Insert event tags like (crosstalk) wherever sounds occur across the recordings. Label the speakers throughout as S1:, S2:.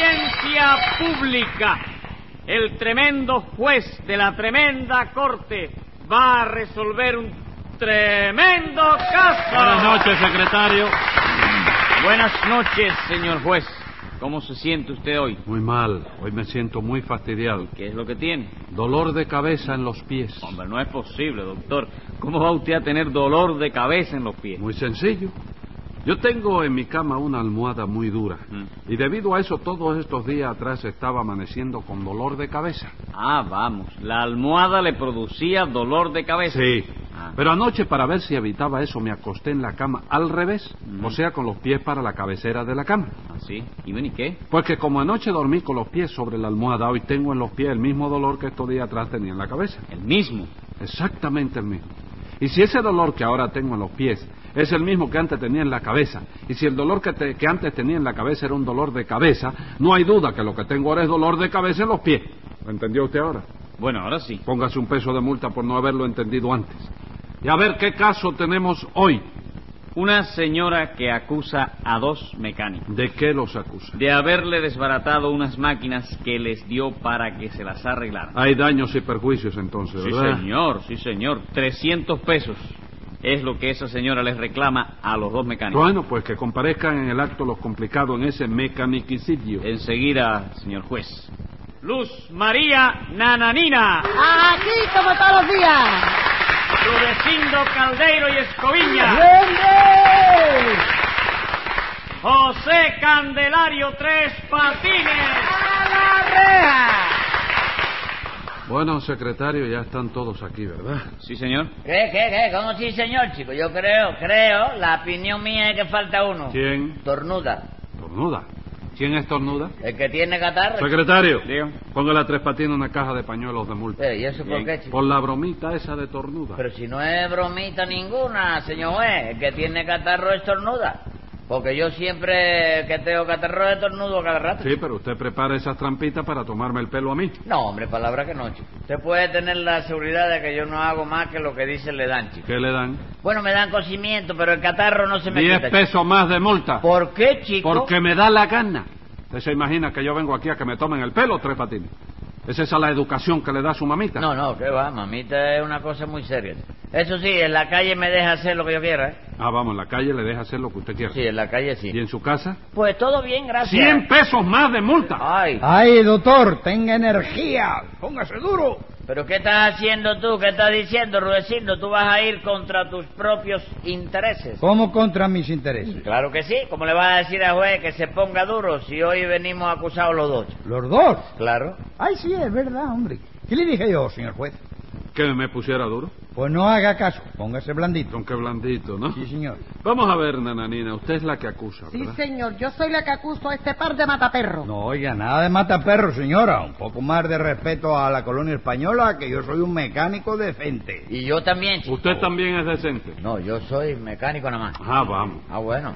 S1: Notaría pública. El tremendo juez de la tremenda corte va a resolver un tremendo caso.
S2: Buenas noches, secretario.
S1: Buenas noches, señor juez. ¿Cómo se siente usted hoy?
S2: Muy mal. Hoy me siento muy fastidiado.
S1: ¿Qué es lo que tiene?
S2: Dolor de cabeza en los pies.
S1: Hombre, no es posible, doctor. ¿Cómo va usted a tener dolor de cabeza en los pies?
S2: Muy sencillo. Yo tengo en mi cama una almohada muy dura.
S1: Mm.
S2: Y debido a eso, todos estos días atrás estaba amaneciendo con dolor de cabeza.
S1: Ah, vamos. La almohada le producía dolor de cabeza.
S2: Sí.
S1: Ah.
S2: Pero anoche, para ver si evitaba eso, me acosté en la cama al revés.
S1: Mm.
S2: O sea, con los pies para la cabecera de la cama.
S1: ¿Ah, sí? ¿Y bueno, y qué?
S2: Porque como anoche dormí con los pies sobre la almohada, hoy tengo en los pies el mismo dolor que estos días atrás tenía en la cabeza.
S1: El mismo.
S2: Exactamente el mismo. Y si ese dolor que ahora tengo en los pies es el mismo que antes tenía en la cabeza, y si el dolor que, te- que antes tenía en la cabeza era un dolor de cabeza, no hay duda que lo que tengo ahora es dolor de cabeza en los pies. ¿Lo entendió usted ahora?
S1: Bueno, ahora sí.
S2: Póngase un peso de multa por no haberlo entendido antes. Y a ver qué caso tenemos hoy.
S1: Una señora que acusa a dos mecánicos
S2: ¿De qué los acusa?
S1: de haberle desbaratado unas máquinas que les dio para que se las arreglaran.
S2: Hay daños y perjuicios entonces,
S1: Sí,
S2: ¿verdad?
S1: señor, sí, señor. 300 pesos es lo que esa señora les reclama a los dos mecánicos.
S2: Bueno, pues que comparezcan en el acto los complicados en ese mecanicicidio.
S1: Enseguida, señor juez. Luz María Nananina,
S3: Aquí como todos los días.
S1: Rudecindo Caldeiro y Escoviña,
S3: ¡Vende!
S1: José Candelario Tres Patines.
S3: ¡A la reja!
S2: Bueno, secretario, ya están todos aquí, ¿verdad?
S1: Sí, señor.
S4: ¿Qué, qué, qué? ¿Cómo sí, señor, chico? Yo creo, creo, la opinión mía es que falta uno.
S2: ¿Quién?
S4: Tornuda,
S2: Tornuda. ¿Quién es Tornuda?
S4: el que tiene catarro.
S2: Secretario,
S1: Diga.
S2: póngale a Tres Patines una caja de pañuelos de multa.
S4: Pero, ¿y eso por
S1: Bien.
S4: qué, Eh, chico?
S2: Por la bromita esa de Tornuda.
S4: Pero si no es bromita ninguna, señor juez, el que tiene catarro es tornuda. Porque yo siempre que tengo catarro es tornudo cada rato.
S2: Sí, pero usted prepara esas trampitas para tomarme el pelo a mí.
S4: No, hombre, palabra que no, chico. Usted puede tener la seguridad de que yo no hago más que lo que dice le dan, chico.
S2: ¿Qué le dan?
S4: Bueno, me dan cocimiento, pero el catarro no se me
S2: Diez
S4: quita. chico.
S2: pesos más de multa.
S4: ¿Por qué, chico?
S2: Porque me da la gana. ¿Usted se imagina que yo vengo aquí a que me tomen el pelo, Tres Patines? ¿Es esa la educación que le da su mamita?
S4: No, no, que va, mamita es una cosa muy seria. Eso sí, en la calle me deja hacer lo que yo quiera, ¿eh?
S2: Ah, vamos, en la calle le deja hacer lo que usted quiera.
S4: Sí, en la calle sí.
S2: ¿Y en su casa?
S4: Pues todo bien, gracias. Ah.
S2: ¡Cien pesos más de multa!
S4: Ay,
S5: Ay, doctor, tenga energía. Póngase duro.
S4: pero ¿qué estás haciendo tú? ¿Qué estás diciendo, Rudecindo? Tú vas a ir contra tus propios intereses.
S5: ¿Cómo contra mis intereses?
S4: Claro que sí. ¿Cómo le vas a decir al juez que se ponga duro si hoy venimos acusados los dos?
S5: Los dos.
S4: Claro.
S5: Ay, sí, es verdad, hombre. ¿Qué le dije yo, señor juez?
S2: ¿Que me pusiera duro?
S5: Pues no haga caso. Póngase blandito.
S2: Con qué blandito, ¿no?
S5: Sí, señor.
S2: Vamos a ver, nananina, usted es la que acusa,
S3: Sí,
S2: ¿verdad?
S3: señor, yo soy la que acuso a este par de mataperros.
S5: No oiga nada de mataperro, señora. Un poco más de respeto a la colonia española, que yo soy un mecánico decente.
S4: Y yo también, chico.
S2: Usted también es decente.
S4: No, yo soy mecánico nada más.
S2: Ah, vamos.
S4: Ah, bueno.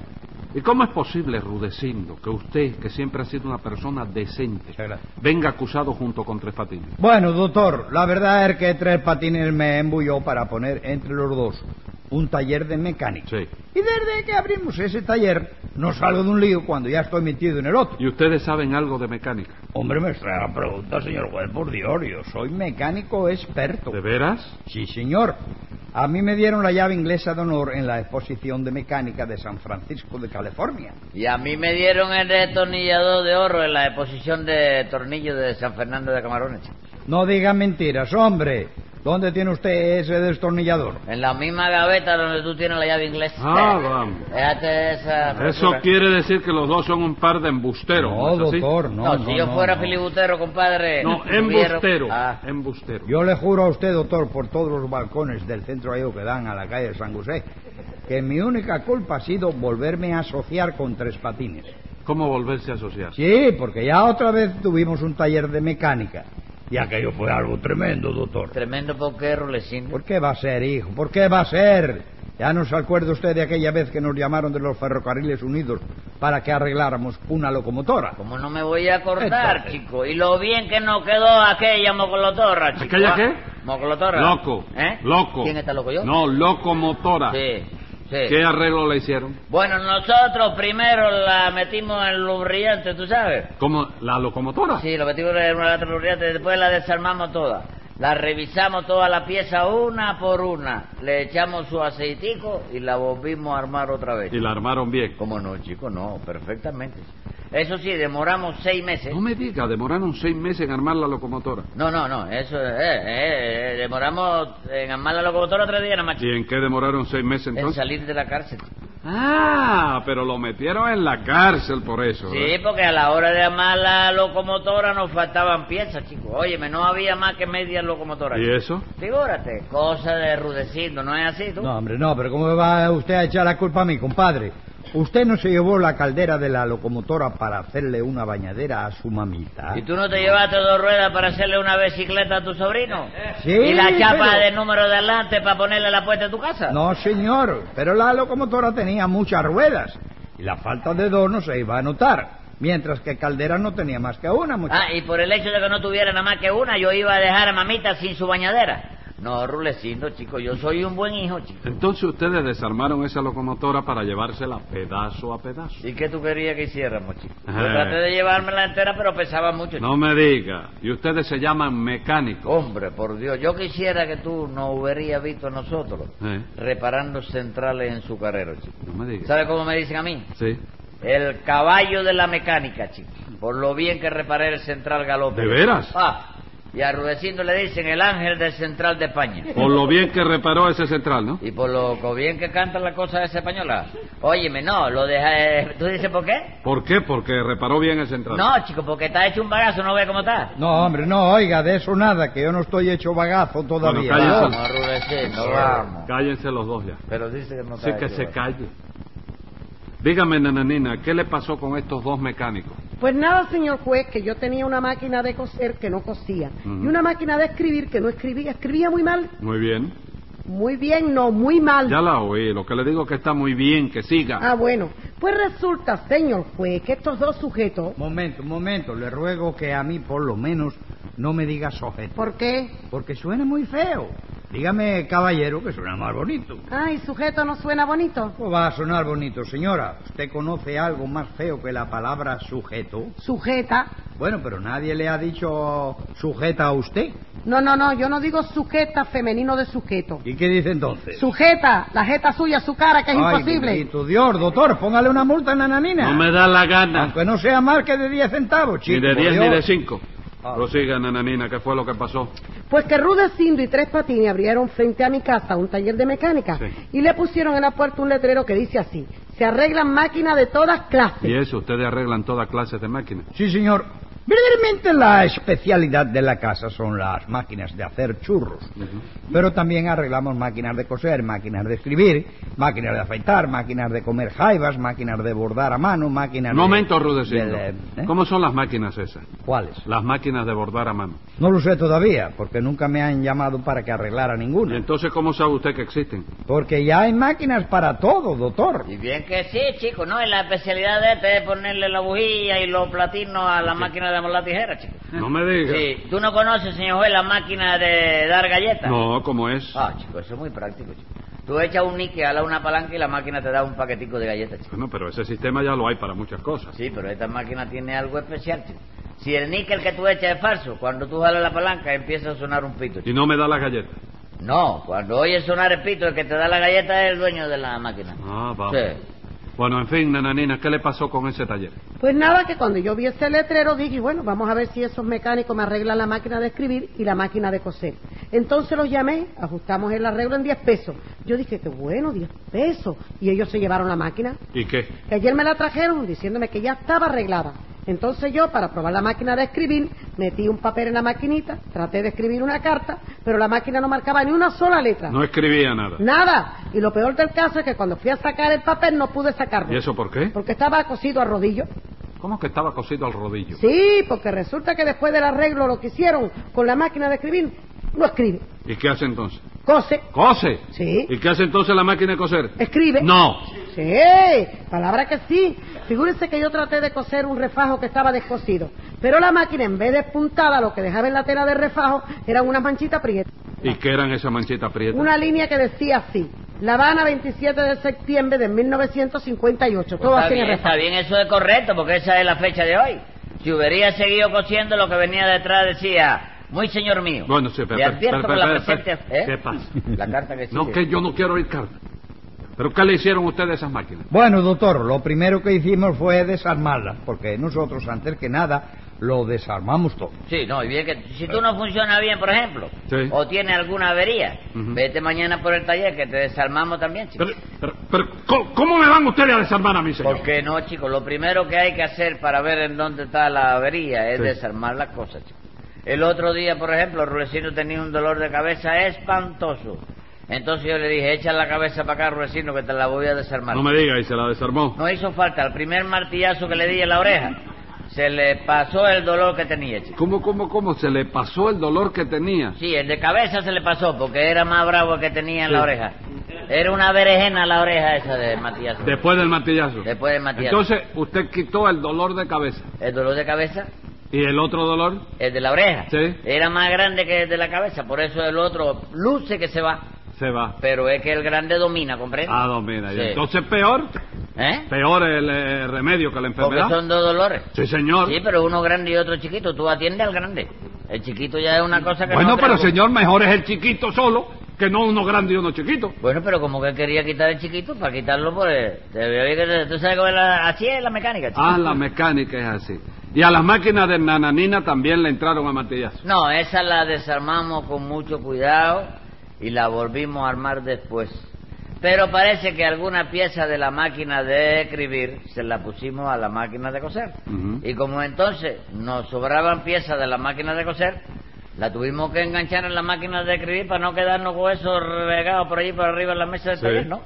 S2: ¿Y cómo es posible, Rudecindo, que usted, que siempre ha sido una persona decente,
S5: Muchas gracias.
S2: venga acusado junto con Tres Patines?
S5: Bueno, doctor, la verdad es que Tres Patines me embulló para poner entre los dos un taller de mecánica.
S2: Sí.
S5: Y desde que abrimos ese taller, no salgo de un lío cuando ya estoy metido en el otro.
S2: ¿Y ustedes saben algo de mecánica?
S5: Hombre, me extrae la pregunta, señor juez, por Dios, yo soy mecánico experto.
S2: ¿De veras?
S5: Sí, señor. A mí me dieron la llave inglesa de honor en la exposición de mecánica de San Francisco de California.
S4: Y a mí me dieron el destornillador de oro en la exposición de tornillos de San Fernando de Camarones.
S5: No diga mentiras, hombre. ¿Dónde tiene usted ese destornillador?
S4: En la misma gaveta donde tú tienes la llave inglesa.
S2: Ah, vamos.
S4: Déjate esa.
S2: Eso
S4: fresura.
S2: quiere decir que los dos son un par de embusteros.
S5: no,
S2: ¿no es así?
S5: doctor, no.
S4: No, si yo fuera
S5: no.
S4: filibutero, compadre. (laughs)
S2: No,
S4: tuviera-
S2: embustero.
S4: Ah,
S2: Embustero.
S5: Yo le juro a usted, doctor, por todos los balcones del centro aéreo que dan a la calle de San José, que mi única culpa ha sido volverme a asociar con Tres Patines.
S2: ¿Cómo volverse a asociar?
S5: Sí, porque ya otra vez tuvimos un taller de mecánica. Y aquello fue algo tremendo, doctor.
S4: tremendo porque rulecín.
S5: ¿Por qué va a ser, hijo? ¿Por qué va a ser? Ya no se acuerda usted de aquella vez que nos llamaron de los Ferrocarriles Unidos para que arregláramos una locomotora.
S4: Como no me voy a acordar,
S5: Entonces.
S4: chico. Y lo bien que nos quedó aquella mocolotorra, chico.
S2: ¿Aquella
S4: ¿ah?
S2: qué?
S4: Mocolotorra.
S2: Loco.
S4: ¿Eh?
S2: Loco.
S4: ¿Quién está loco yo?
S2: No, locomotora.
S4: Sí. Sí.
S2: ¿Qué arreglo le hicieron?
S4: Bueno, nosotros primero la metimos en lubriante, ¿tú sabes?
S2: ¿Cómo? ¿La locomotora?
S4: Sí, lo metimos en una lata de lubriante, después la desarmamos toda. La revisamos toda la pieza una por una. Le echamos su aceitico y la volvimos a armar otra vez.
S2: Y la armaron bien.
S4: ¿Cómo no, chico? No, perfectamente. Eso sí, demoramos seis meses.
S2: No me diga, demoraron seis meses en armar la locomotora.
S4: No, no, no, eso eh, eh, eh, demoramos en armar la locomotora tres días nada más.
S2: ¿Y en qué demoraron seis meses
S4: En
S2: entonces?
S4: salir de la cárcel.
S2: Ah, pero lo metieron en la cárcel por eso.
S4: Sí,
S2: ¿eh?
S4: porque a la hora de armar la locomotora nos faltaban piezas, chico. Óyeme, no había más que media locomotora.
S2: ¿Y eso?
S4: Figúrate, cosa de rudecindo, ¿no es así tú?
S5: No, hombre, no, pero ¿cómo me va usted a echar la culpa a mi compadre? Usted no se llevó la caldera de la locomotora para hacerle una bañadera a su mamita.
S4: ¿Y tú no te llevaste dos ruedas para hacerle una bicicleta a tu sobrino?
S5: Sí,
S4: ¿Y la chapa
S5: pero-
S4: de número de delante para ponerle la puerta de tu casa?
S5: No, señor, pero la locomotora tenía muchas ruedas y la falta de dos no se iba a notar, mientras que Caldera no tenía más que una, muchacho.
S4: Ah, y por el hecho de que no tuviera nada más que una, yo iba a dejar a mamita sin su bañadera. No, Rulecindo, chico, yo soy un buen hijo, chico.
S2: Entonces ustedes desarmaron esa locomotora para llevársela pedazo a pedazo.
S4: ¿Y qué tú querías que hiciéramos, chico? Yo
S2: Ajá.
S4: traté de llevármela entera, pero pesaba mucho, chico.
S2: No me diga. Y ustedes se llaman mecánicos.
S4: Hombre, por Dios, yo quisiera que tú nos hubieras visto a nosotros
S2: ¿Eh?
S4: reparando centrales en su carrera, chico.
S2: No me diga.
S4: ¿Sabe cómo me dicen a mí?
S2: Sí.
S4: El caballo de la mecánica, chico. Por lo bien que reparé el central galope.
S2: ¿De veras?
S4: Ah, y a Rudecindo le dicen el ángel del central de España.
S2: Por lo bien que reparó ese central, ¿no?
S4: Y por lo co- bien que canta la cosa esa española. Óyeme, no, lo deja... eh, ¿Tú dices por qué?
S2: ¿Por qué? Porque reparó bien el central.
S4: No, chico, porque está hecho un bagazo, ¿no ve cómo está?
S5: No, hombre, no, oiga, de eso nada, que yo no estoy hecho bagazo todavía.
S2: Bueno, cállese.
S4: Vamos, Rudecindo, vamos.
S2: Cállense los dos ya.
S4: Pero dice que no
S2: Sí,
S4: está
S2: que
S4: hecho
S2: se
S4: bagazo.
S2: calle. Dígame, nananina, ¿qué le pasó con estos dos mecánicos?
S3: Pues nada, señor juez, que yo tenía una máquina de coser que no cosía.
S2: Ujú.
S3: Y una máquina de escribir que no escribía. Escribía muy mal.
S2: Muy bien.
S3: Muy bien, no, muy mal.
S2: Ya la oí. Lo que le digo es que está muy bien, que siga.
S3: Ah, bueno. Pues resulta, señor juez, que estos dos sujetos...
S5: Momento, momento, le ruego que a mí por lo menos no me diga sujeto,
S3: ¿Por qué?
S5: porque suena muy feo. Dígame, caballero, que suena más bonito.
S3: Ay, sujeto no suena bonito.
S5: ¿Cómo va a sonar bonito, señora? ¿Usted conoce algo más feo que la palabra sujeto?
S3: Sujeta.
S5: Bueno, pero nadie le ha dicho sujeta a usted.
S3: No, no, no, yo no digo sujeta femenino de sujeto.
S5: ¿Y qué dice entonces?
S3: Sujeta, la jeta suya, su cara, que es
S5: Ay,
S3: imposible.
S5: bendito Dios, doctor, póngale una multa a Nananina.
S2: No me da la gana.
S5: Aunque no sea más que de 10 centavos,
S2: Ni
S5: Ah, chico.
S2: de
S5: por
S2: 10 ni
S5: Dios.
S2: de 5.
S5: Ah.
S2: Prosiga, nananina, ¿qué fue lo que pasó?
S3: Pues que Rudecindo y Tres Patines abrieron frente a mi casa un taller de mecánica
S2: Sí.
S3: y le pusieron en la puerta un letrero que dice así, se arreglan máquinas de todas clases.
S2: Y eso, ustedes arreglan toda clase de máquinas.
S5: Sí, señor. Verdaderamente la especialidad de la casa son las máquinas de hacer churros. Pero también arreglamos máquinas de coser, máquinas de escribir, máquinas de afeitar, máquinas de comer jaivas, máquinas de bordar a mano, máquinas
S2: Un
S5: de...
S2: momento, Rudecindo.
S5: del, eh, ¿eh?
S2: ¿Cómo son las máquinas esas?
S5: ¿Cuáles?
S2: Las máquinas de bordar a mano.
S5: No lo sé todavía, porque nunca me han llamado para que arreglara
S2: ¿Y
S5: ninguna.
S2: entonces cómo sabe usted que existen?
S5: Porque ya hay máquinas para todo, doctor.
S4: Y bien que sí, chico, ¿no? Y la especialidad de este es ponerle la bujía y los platinos a la máquina de molar tijera, chico.
S2: No me diga.
S4: Sí, ¿tú no conoces, señor juez, la máquina de dar galletas?
S2: No, ¿cómo es?
S4: Ah, chico, eso es muy práctico, chico. Tú echas un nique a la una palanca y la máquina te da un paquetico de galletas, chico.
S2: Bueno, pero ese sistema ya lo hay para muchas cosas.
S4: Sí, pero esta máquina tiene algo especial, chico. Si el níquel que tú echas es falso, cuando tú jalas la palanca empieza a sonar un pito,
S2: Y
S4: chico.
S2: no me da la galleta.
S4: No, cuando oyes sonar el pito, el que te da la galleta es el dueño de la máquina.
S2: Ah, vamos.
S4: Sí.
S2: Bueno, en fin, nananina, ¿qué le pasó con ese taller?
S3: Pues nada, que cuando yo vi ese letrero dije, bueno, vamos a ver si esos mecánicos me arreglan la máquina de escribir y la máquina de coser. Entonces los llamé, ajustamos el arreglo en 10 pesos. Yo dije, qué bueno, 10 pesos. Y ellos se llevaron la máquina.
S2: ¿Y qué?
S3: que ayer me la trajeron diciéndome que ya estaba arreglada. Entonces yo, para probar la máquina de escribir, metí un papel en la maquinita, traté de escribir una carta, pero la máquina no marcaba ni una sola letra.
S2: No escribía nada.
S3: Nada. Y lo peor del caso es que cuando fui a sacar el papel no pude sacarlo.
S2: ¿Y eso por qué?
S3: Porque estaba cosido a rodillo.
S2: ¿Cómo que estaba cosido al rodillo?
S3: Sí, porque resulta que después del arreglo lo que hicieron con la máquina de escribir, no escribe.
S2: ¿Y qué hace entonces?
S3: Cose.
S2: ¡Cose!
S3: Sí.
S2: ¿Y qué hace entonces la máquina de coser?
S3: Escribe.
S2: No.
S3: Sí, palabra que sí. Figúrense que yo traté de coser un refajo que estaba descosido, pero la máquina en vez de puntada, lo que dejaba en la tela del refajo eran unas manchitas prietas.
S2: ¿Y qué eran esas manchitas prietas?
S3: Una línea que decía así, La Habana, 27 de septiembre de 1958.
S4: Pues
S3: Todo
S4: está,
S3: así en
S4: bien,
S3: el
S4: está bien, eso es correcto, porque esa es la fecha de hoy. Si hubiera seguido cosiendo, lo que venía detrás decía, muy señor mío.
S2: Bueno, sí, pero-
S4: Le
S2: pero-
S4: advierto
S2: pero-
S4: que la
S2: pero- pero-
S4: presente-
S2: pero-
S4: ¿eh?
S2: ¿qué pasa?
S4: La carta que
S2: (laughs) No,
S4: sigue.
S2: que yo no quiero oír cartas. ¿Pero qué le hicieron ustedes a esas máquinas?
S5: Bueno, doctor, lo primero que hicimos fue desarmarlas, porque nosotros, antes que nada, lo desarmamos todo.
S4: Sí, no, y bien que si tú no funcionas bien, por ejemplo,
S2: Sí.
S4: o tienes alguna avería,
S2: Ujú.
S4: vete mañana por el taller que te desarmamos también, chico.
S2: Pero, pero, pero, ¿cómo- ¿cómo me van ustedes a desarmar a mí, señor?
S4: ¿Por qué no, chicos? Lo primero que hay que hacer para ver en dónde está la avería es
S2: Sí.
S4: desarmar las cosas, chicos. El otro día, por ejemplo, Rulecino tenía un dolor de cabeza espantoso. Entonces yo le dije, echa la cabeza para acá, Rulecino, que te la voy a desarmar.
S2: No me diga, y se la desarmó.
S4: No hizo falta, el primer martillazo que le di en la oreja, se le pasó el dolor que tenía, chico.
S2: ¿Cómo, cómo, cómo? Se le pasó el dolor que tenía.
S4: Sí, el de cabeza se le pasó porque era más bravo que tenía en
S2: Sí.
S4: la oreja. Era una berenjena la oreja esa de Matías.
S2: Después del martillazo.
S4: Después del martillazo.
S2: Entonces, usted quitó el dolor de cabeza.
S4: El dolor de cabeza,
S2: ¿Y el otro dolor?
S4: el de la oreja,
S2: Sí.
S4: era más grande que el de la cabeza, por eso el otro luce que se va.
S2: Se va.
S4: Pero es que el grande domina, ¿comprende?
S2: Ah, domina.
S4: ¿Eh? Sí.
S2: Y entonces, peor.
S4: ¿Eh?
S2: Peor el eh, remedio que la
S4: Porque
S2: enfermedad.
S4: son dos dolores.
S2: Sí, señor.
S4: Sí, pero uno grande y otro chiquito. Tú atiendes al grande. El chiquito ya es una cosa que
S2: bueno,
S4: no
S2: pero
S4: atreve.
S2: señor, mejor es el chiquito solo que no uno grande y uno
S4: (laughs)
S2: chiquito.
S4: Bueno, pero como que quería quitar el chiquito, para quitarlo por el... te veo que- Tú sabes cómo es la... Así es la mecánica, chico.
S2: Ah, la mecánica es así. Y a las máquinas de nananina también le entraron a martillazo.
S4: No, esa la desarmamos con mucho cuidado y la volvimos a armar después. Pero parece que alguna pieza de la máquina de escribir se la pusimos a la máquina de coser.
S2: Ujú.
S4: Y como entonces nos sobraban piezas de la máquina de coser, la tuvimos que enganchar en la máquina de escribir para no quedarnos con eso regado por allí por arriba en la mesa de
S2: Sí.
S4: taller, ¿no?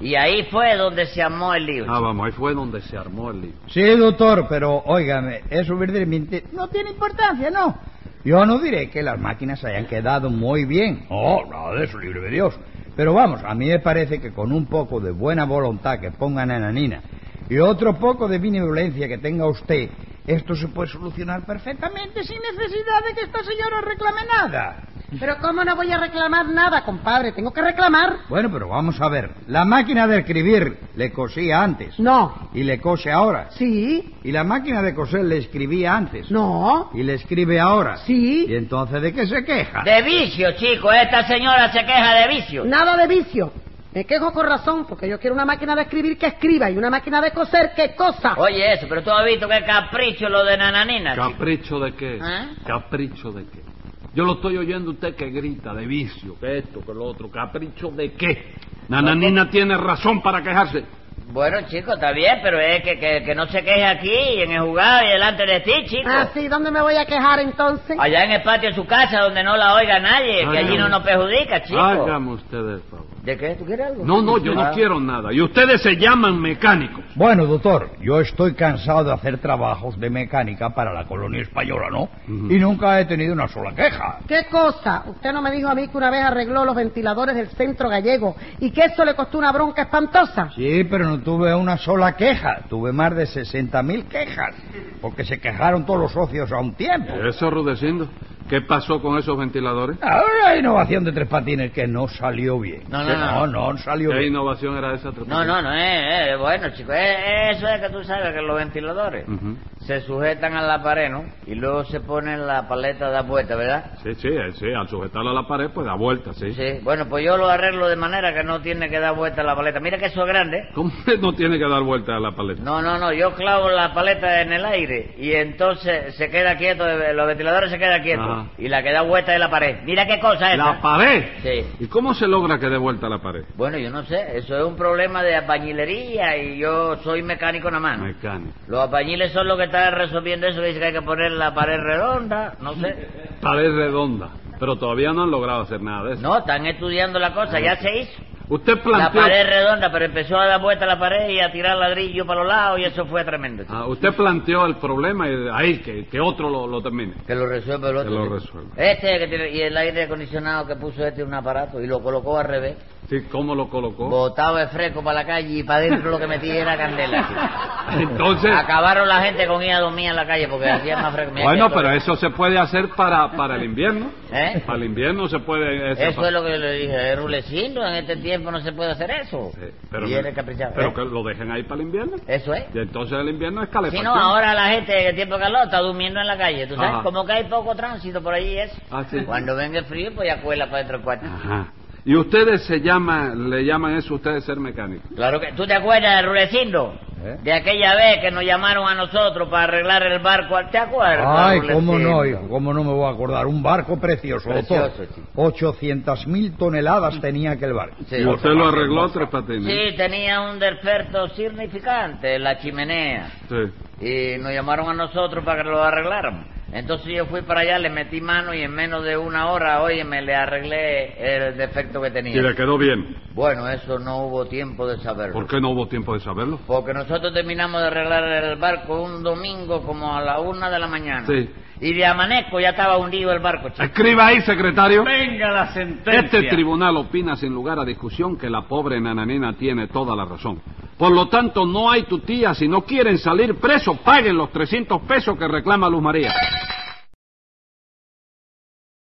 S4: Y ahí fue donde se armó el libro.
S2: Ah, vamos, ahí fue donde se armó el lío.
S5: Sí, doctor, pero óigame, eso verdaderamente no tiene importancia, ¿no? Yo no diré que las máquinas hayan quedado muy bien. Oh, nada de eso, libre de Dios. Pero vamos, a mí me parece que con un poco de buena voluntad que pongan a Nananina y otro poco de benevolencia que tenga usted, esto se puede solucionar perfectamente sin necesidad de que esta señora reclame nada.
S3: Pero ¿cómo no voy a reclamar nada, compadre? Tengo que reclamar.
S5: Bueno, pero vamos a ver. La máquina de escribir le cosía antes
S3: No.
S5: y le cose ahora.
S3: Sí.
S5: Y la máquina de coser le escribía antes.
S3: No.
S5: Y le escribe ahora. ¿Y
S3: Sí.
S5: entonces de qué se queja?
S4: De vicio, chico. Esta señora se queja de vicio.
S3: Nada de vicio. Me quejo con razón porque yo quiero una máquina de escribir que escriba y una máquina de coser que cosa.
S4: Oye, eso, pero tú has visto que capricho lo de Nananina. chico.
S2: ¿Capricho de qué?
S4: ¿Ah?
S2: ¿Capricho de qué? Yo lo estoy oyendo usted que grita de vicio, que esto, que lo otro. ¿Capricho de qué? Nananina tiene razón para quejarse.
S4: Bueno, chico, está bien, pero es que, que, que no se queje aquí, en el jugado y delante de ti, chico.
S3: Ah, sí, ¿dónde me voy a quejar entonces?
S4: Allá en el patio de su casa, donde no la oiga nadie, que allí
S2: Hágame-
S4: no nos perjudica, chico.
S2: Hágame usted el favor.
S4: ¿De qué? ¿Tú quieres algo?
S2: No, no, yo no
S4: Ah.
S2: quiero nada. Y ustedes se llaman mecánicos.
S5: Bueno, doctor, yo estoy cansado de hacer trabajos de mecánica para la colonia española, ¿no?
S2: Ujú.
S5: Y nunca he tenido una sola queja.
S3: ¿Qué cosa? Usted no me dijo a mí que una vez arregló los ventiladores del centro gallego y que eso le costó una bronca espantosa.
S5: Sí, pero no tuve una sola queja. Tuve más de 60.000 quejas. Porque se quejaron todos los socios a un tiempo.
S2: Eso, Rudecindo. ¿Qué pasó con esos ventiladores?
S5: Ahora la innovación de tres patines que no salió bien.
S4: No, no,
S5: Que
S4: no.
S5: no, no salió
S2: ¿Qué
S5: bien.
S2: innovación era esa? Trepetito?
S4: No, no, no, eh, eh, bueno, chico, eh, eso es que tú sabes que los ventiladores
S2: Ujú.
S4: se sujetan a la pared, ¿no? Y luego se ponen la paleta de vuelta, ¿verdad?
S2: Sí, sí, eh, sí. Al sujetarlo a la pared, pues da vuelta, sí.
S4: Sí. Bueno, pues yo lo arreglo de manera que no tiene que dar vuelta la paleta. Mira que eso es grande.
S2: ¿Cómo (laughs) que no tiene que dar vuelta a la paleta?
S4: No, no, no, yo clavo la paleta en el aire y entonces se queda quieto, eh, los ventiladores se quedan quietos
S2: Ajá.
S4: y la que da vuelta es la pared. Mira qué cosa es.
S2: ¿La pared?
S4: Sí.
S2: ¿Y cómo se logra que dé vuelta a la pared?
S4: Bueno, yo no sé, eso es un problema de albañilería y yo soy mecánico nada más.
S2: Mecánico.
S4: Los albañiles son los que están resolviendo eso, que dicen que hay que poner la pared redonda, no sé.
S2: Pared redonda. Pero todavía no han logrado hacer nada de eso.
S4: No, están estudiando la cosa, ya se hizo.
S2: Usted
S4: La
S2: planteó...
S4: pared redonda, pero empezó a dar vuelta la pared y a tirar ladrillo para los lados y eso fue tremendo. chico.
S2: Ah, usted planteó el problema y ahí que, que otro lo, lo termine.
S4: Que lo resuelva el otro.
S2: Que lo
S4: chico.
S2: resuelva.
S4: Este que tiene, y el aire acondicionado que puso este un aparato y lo colocó al revés.
S2: Sí, ¿cómo lo colocó?
S4: Botaba el fresco para la calle y para adentro lo que metía era candela. chico.
S2: (laughs) Entonces...
S4: Acabaron la gente con ida dormida en la calle porque hacía más fresco. Mira
S2: Bueno,
S4: que-
S2: pero eso se puede hacer para, para el invierno.
S4: ¿Eh?
S2: (laughs) Para el invierno se puede... ese
S4: Eso
S2: pa-
S4: es lo que le dije, es rulecino en este tiempo no se puede hacer eso.
S2: Sí, pero
S4: y
S2: que-
S4: él es caprichado.
S2: pero
S4: ¿eh?
S2: que lo dejen ahí para el invierno.
S4: Eso es.
S2: Y entonces el invierno es
S4: Si
S2: calefacción.
S4: no, ahora la gente que tiempo de calor está durmiendo en la calle, ¿tú sabes?
S2: Ajá.
S4: Como que hay poco tránsito por allí, es.
S2: Ah, sí. Ah.
S4: Cuando venga el frío, pues ya cuela para dentro del cuarto.
S2: Ajá. Y ustedes se llaman, le llaman eso ustedes ser mecánicos.
S4: Claro que, ¿tú te acuerdas de Rurecindo?
S5: ¿Eh?
S4: De aquella vez que nos llamaron a nosotros para arreglar el barco, ¿te acuerdas?
S5: Ay,
S4: Rurecindo?
S5: cómo no, hijo, cómo no me voy a acordar. Un barco precioso,
S4: Precioso,
S5: doctor.
S4: chico.
S5: 800.000 toneladas tenía aquel barco.
S4: Sí,
S2: y
S4: doctor.
S2: usted lo arregló tres patines.
S4: Sí, tenía un desperto significante, la chimenea.
S2: Sí.
S4: y nos llamaron a nosotros para que lo arregláramos. Entonces yo fui para allá, le metí mano y en menos de una hora, oye, me le arreglé el defecto que
S2: Y le
S4: tenía.
S2: quedó bien.
S4: Bueno, eso no hubo tiempo de saberlo.
S2: ¿Por qué no hubo tiempo de saberlo?
S4: Porque nosotros terminamos de arreglar el barco un domingo como a la una de la mañana.
S2: Sí.
S4: Y de amanezco ya estaba hundido el barco, chico.
S2: Escriba ahí, secretario.
S1: Venga la sentencia.
S2: Este tribunal opina sin lugar a discusión que la pobre nananina tiene toda la razón. Por lo tanto, no hay tutía. Si no quieren salir presos, paguen los 300 pesos que reclama Luz María.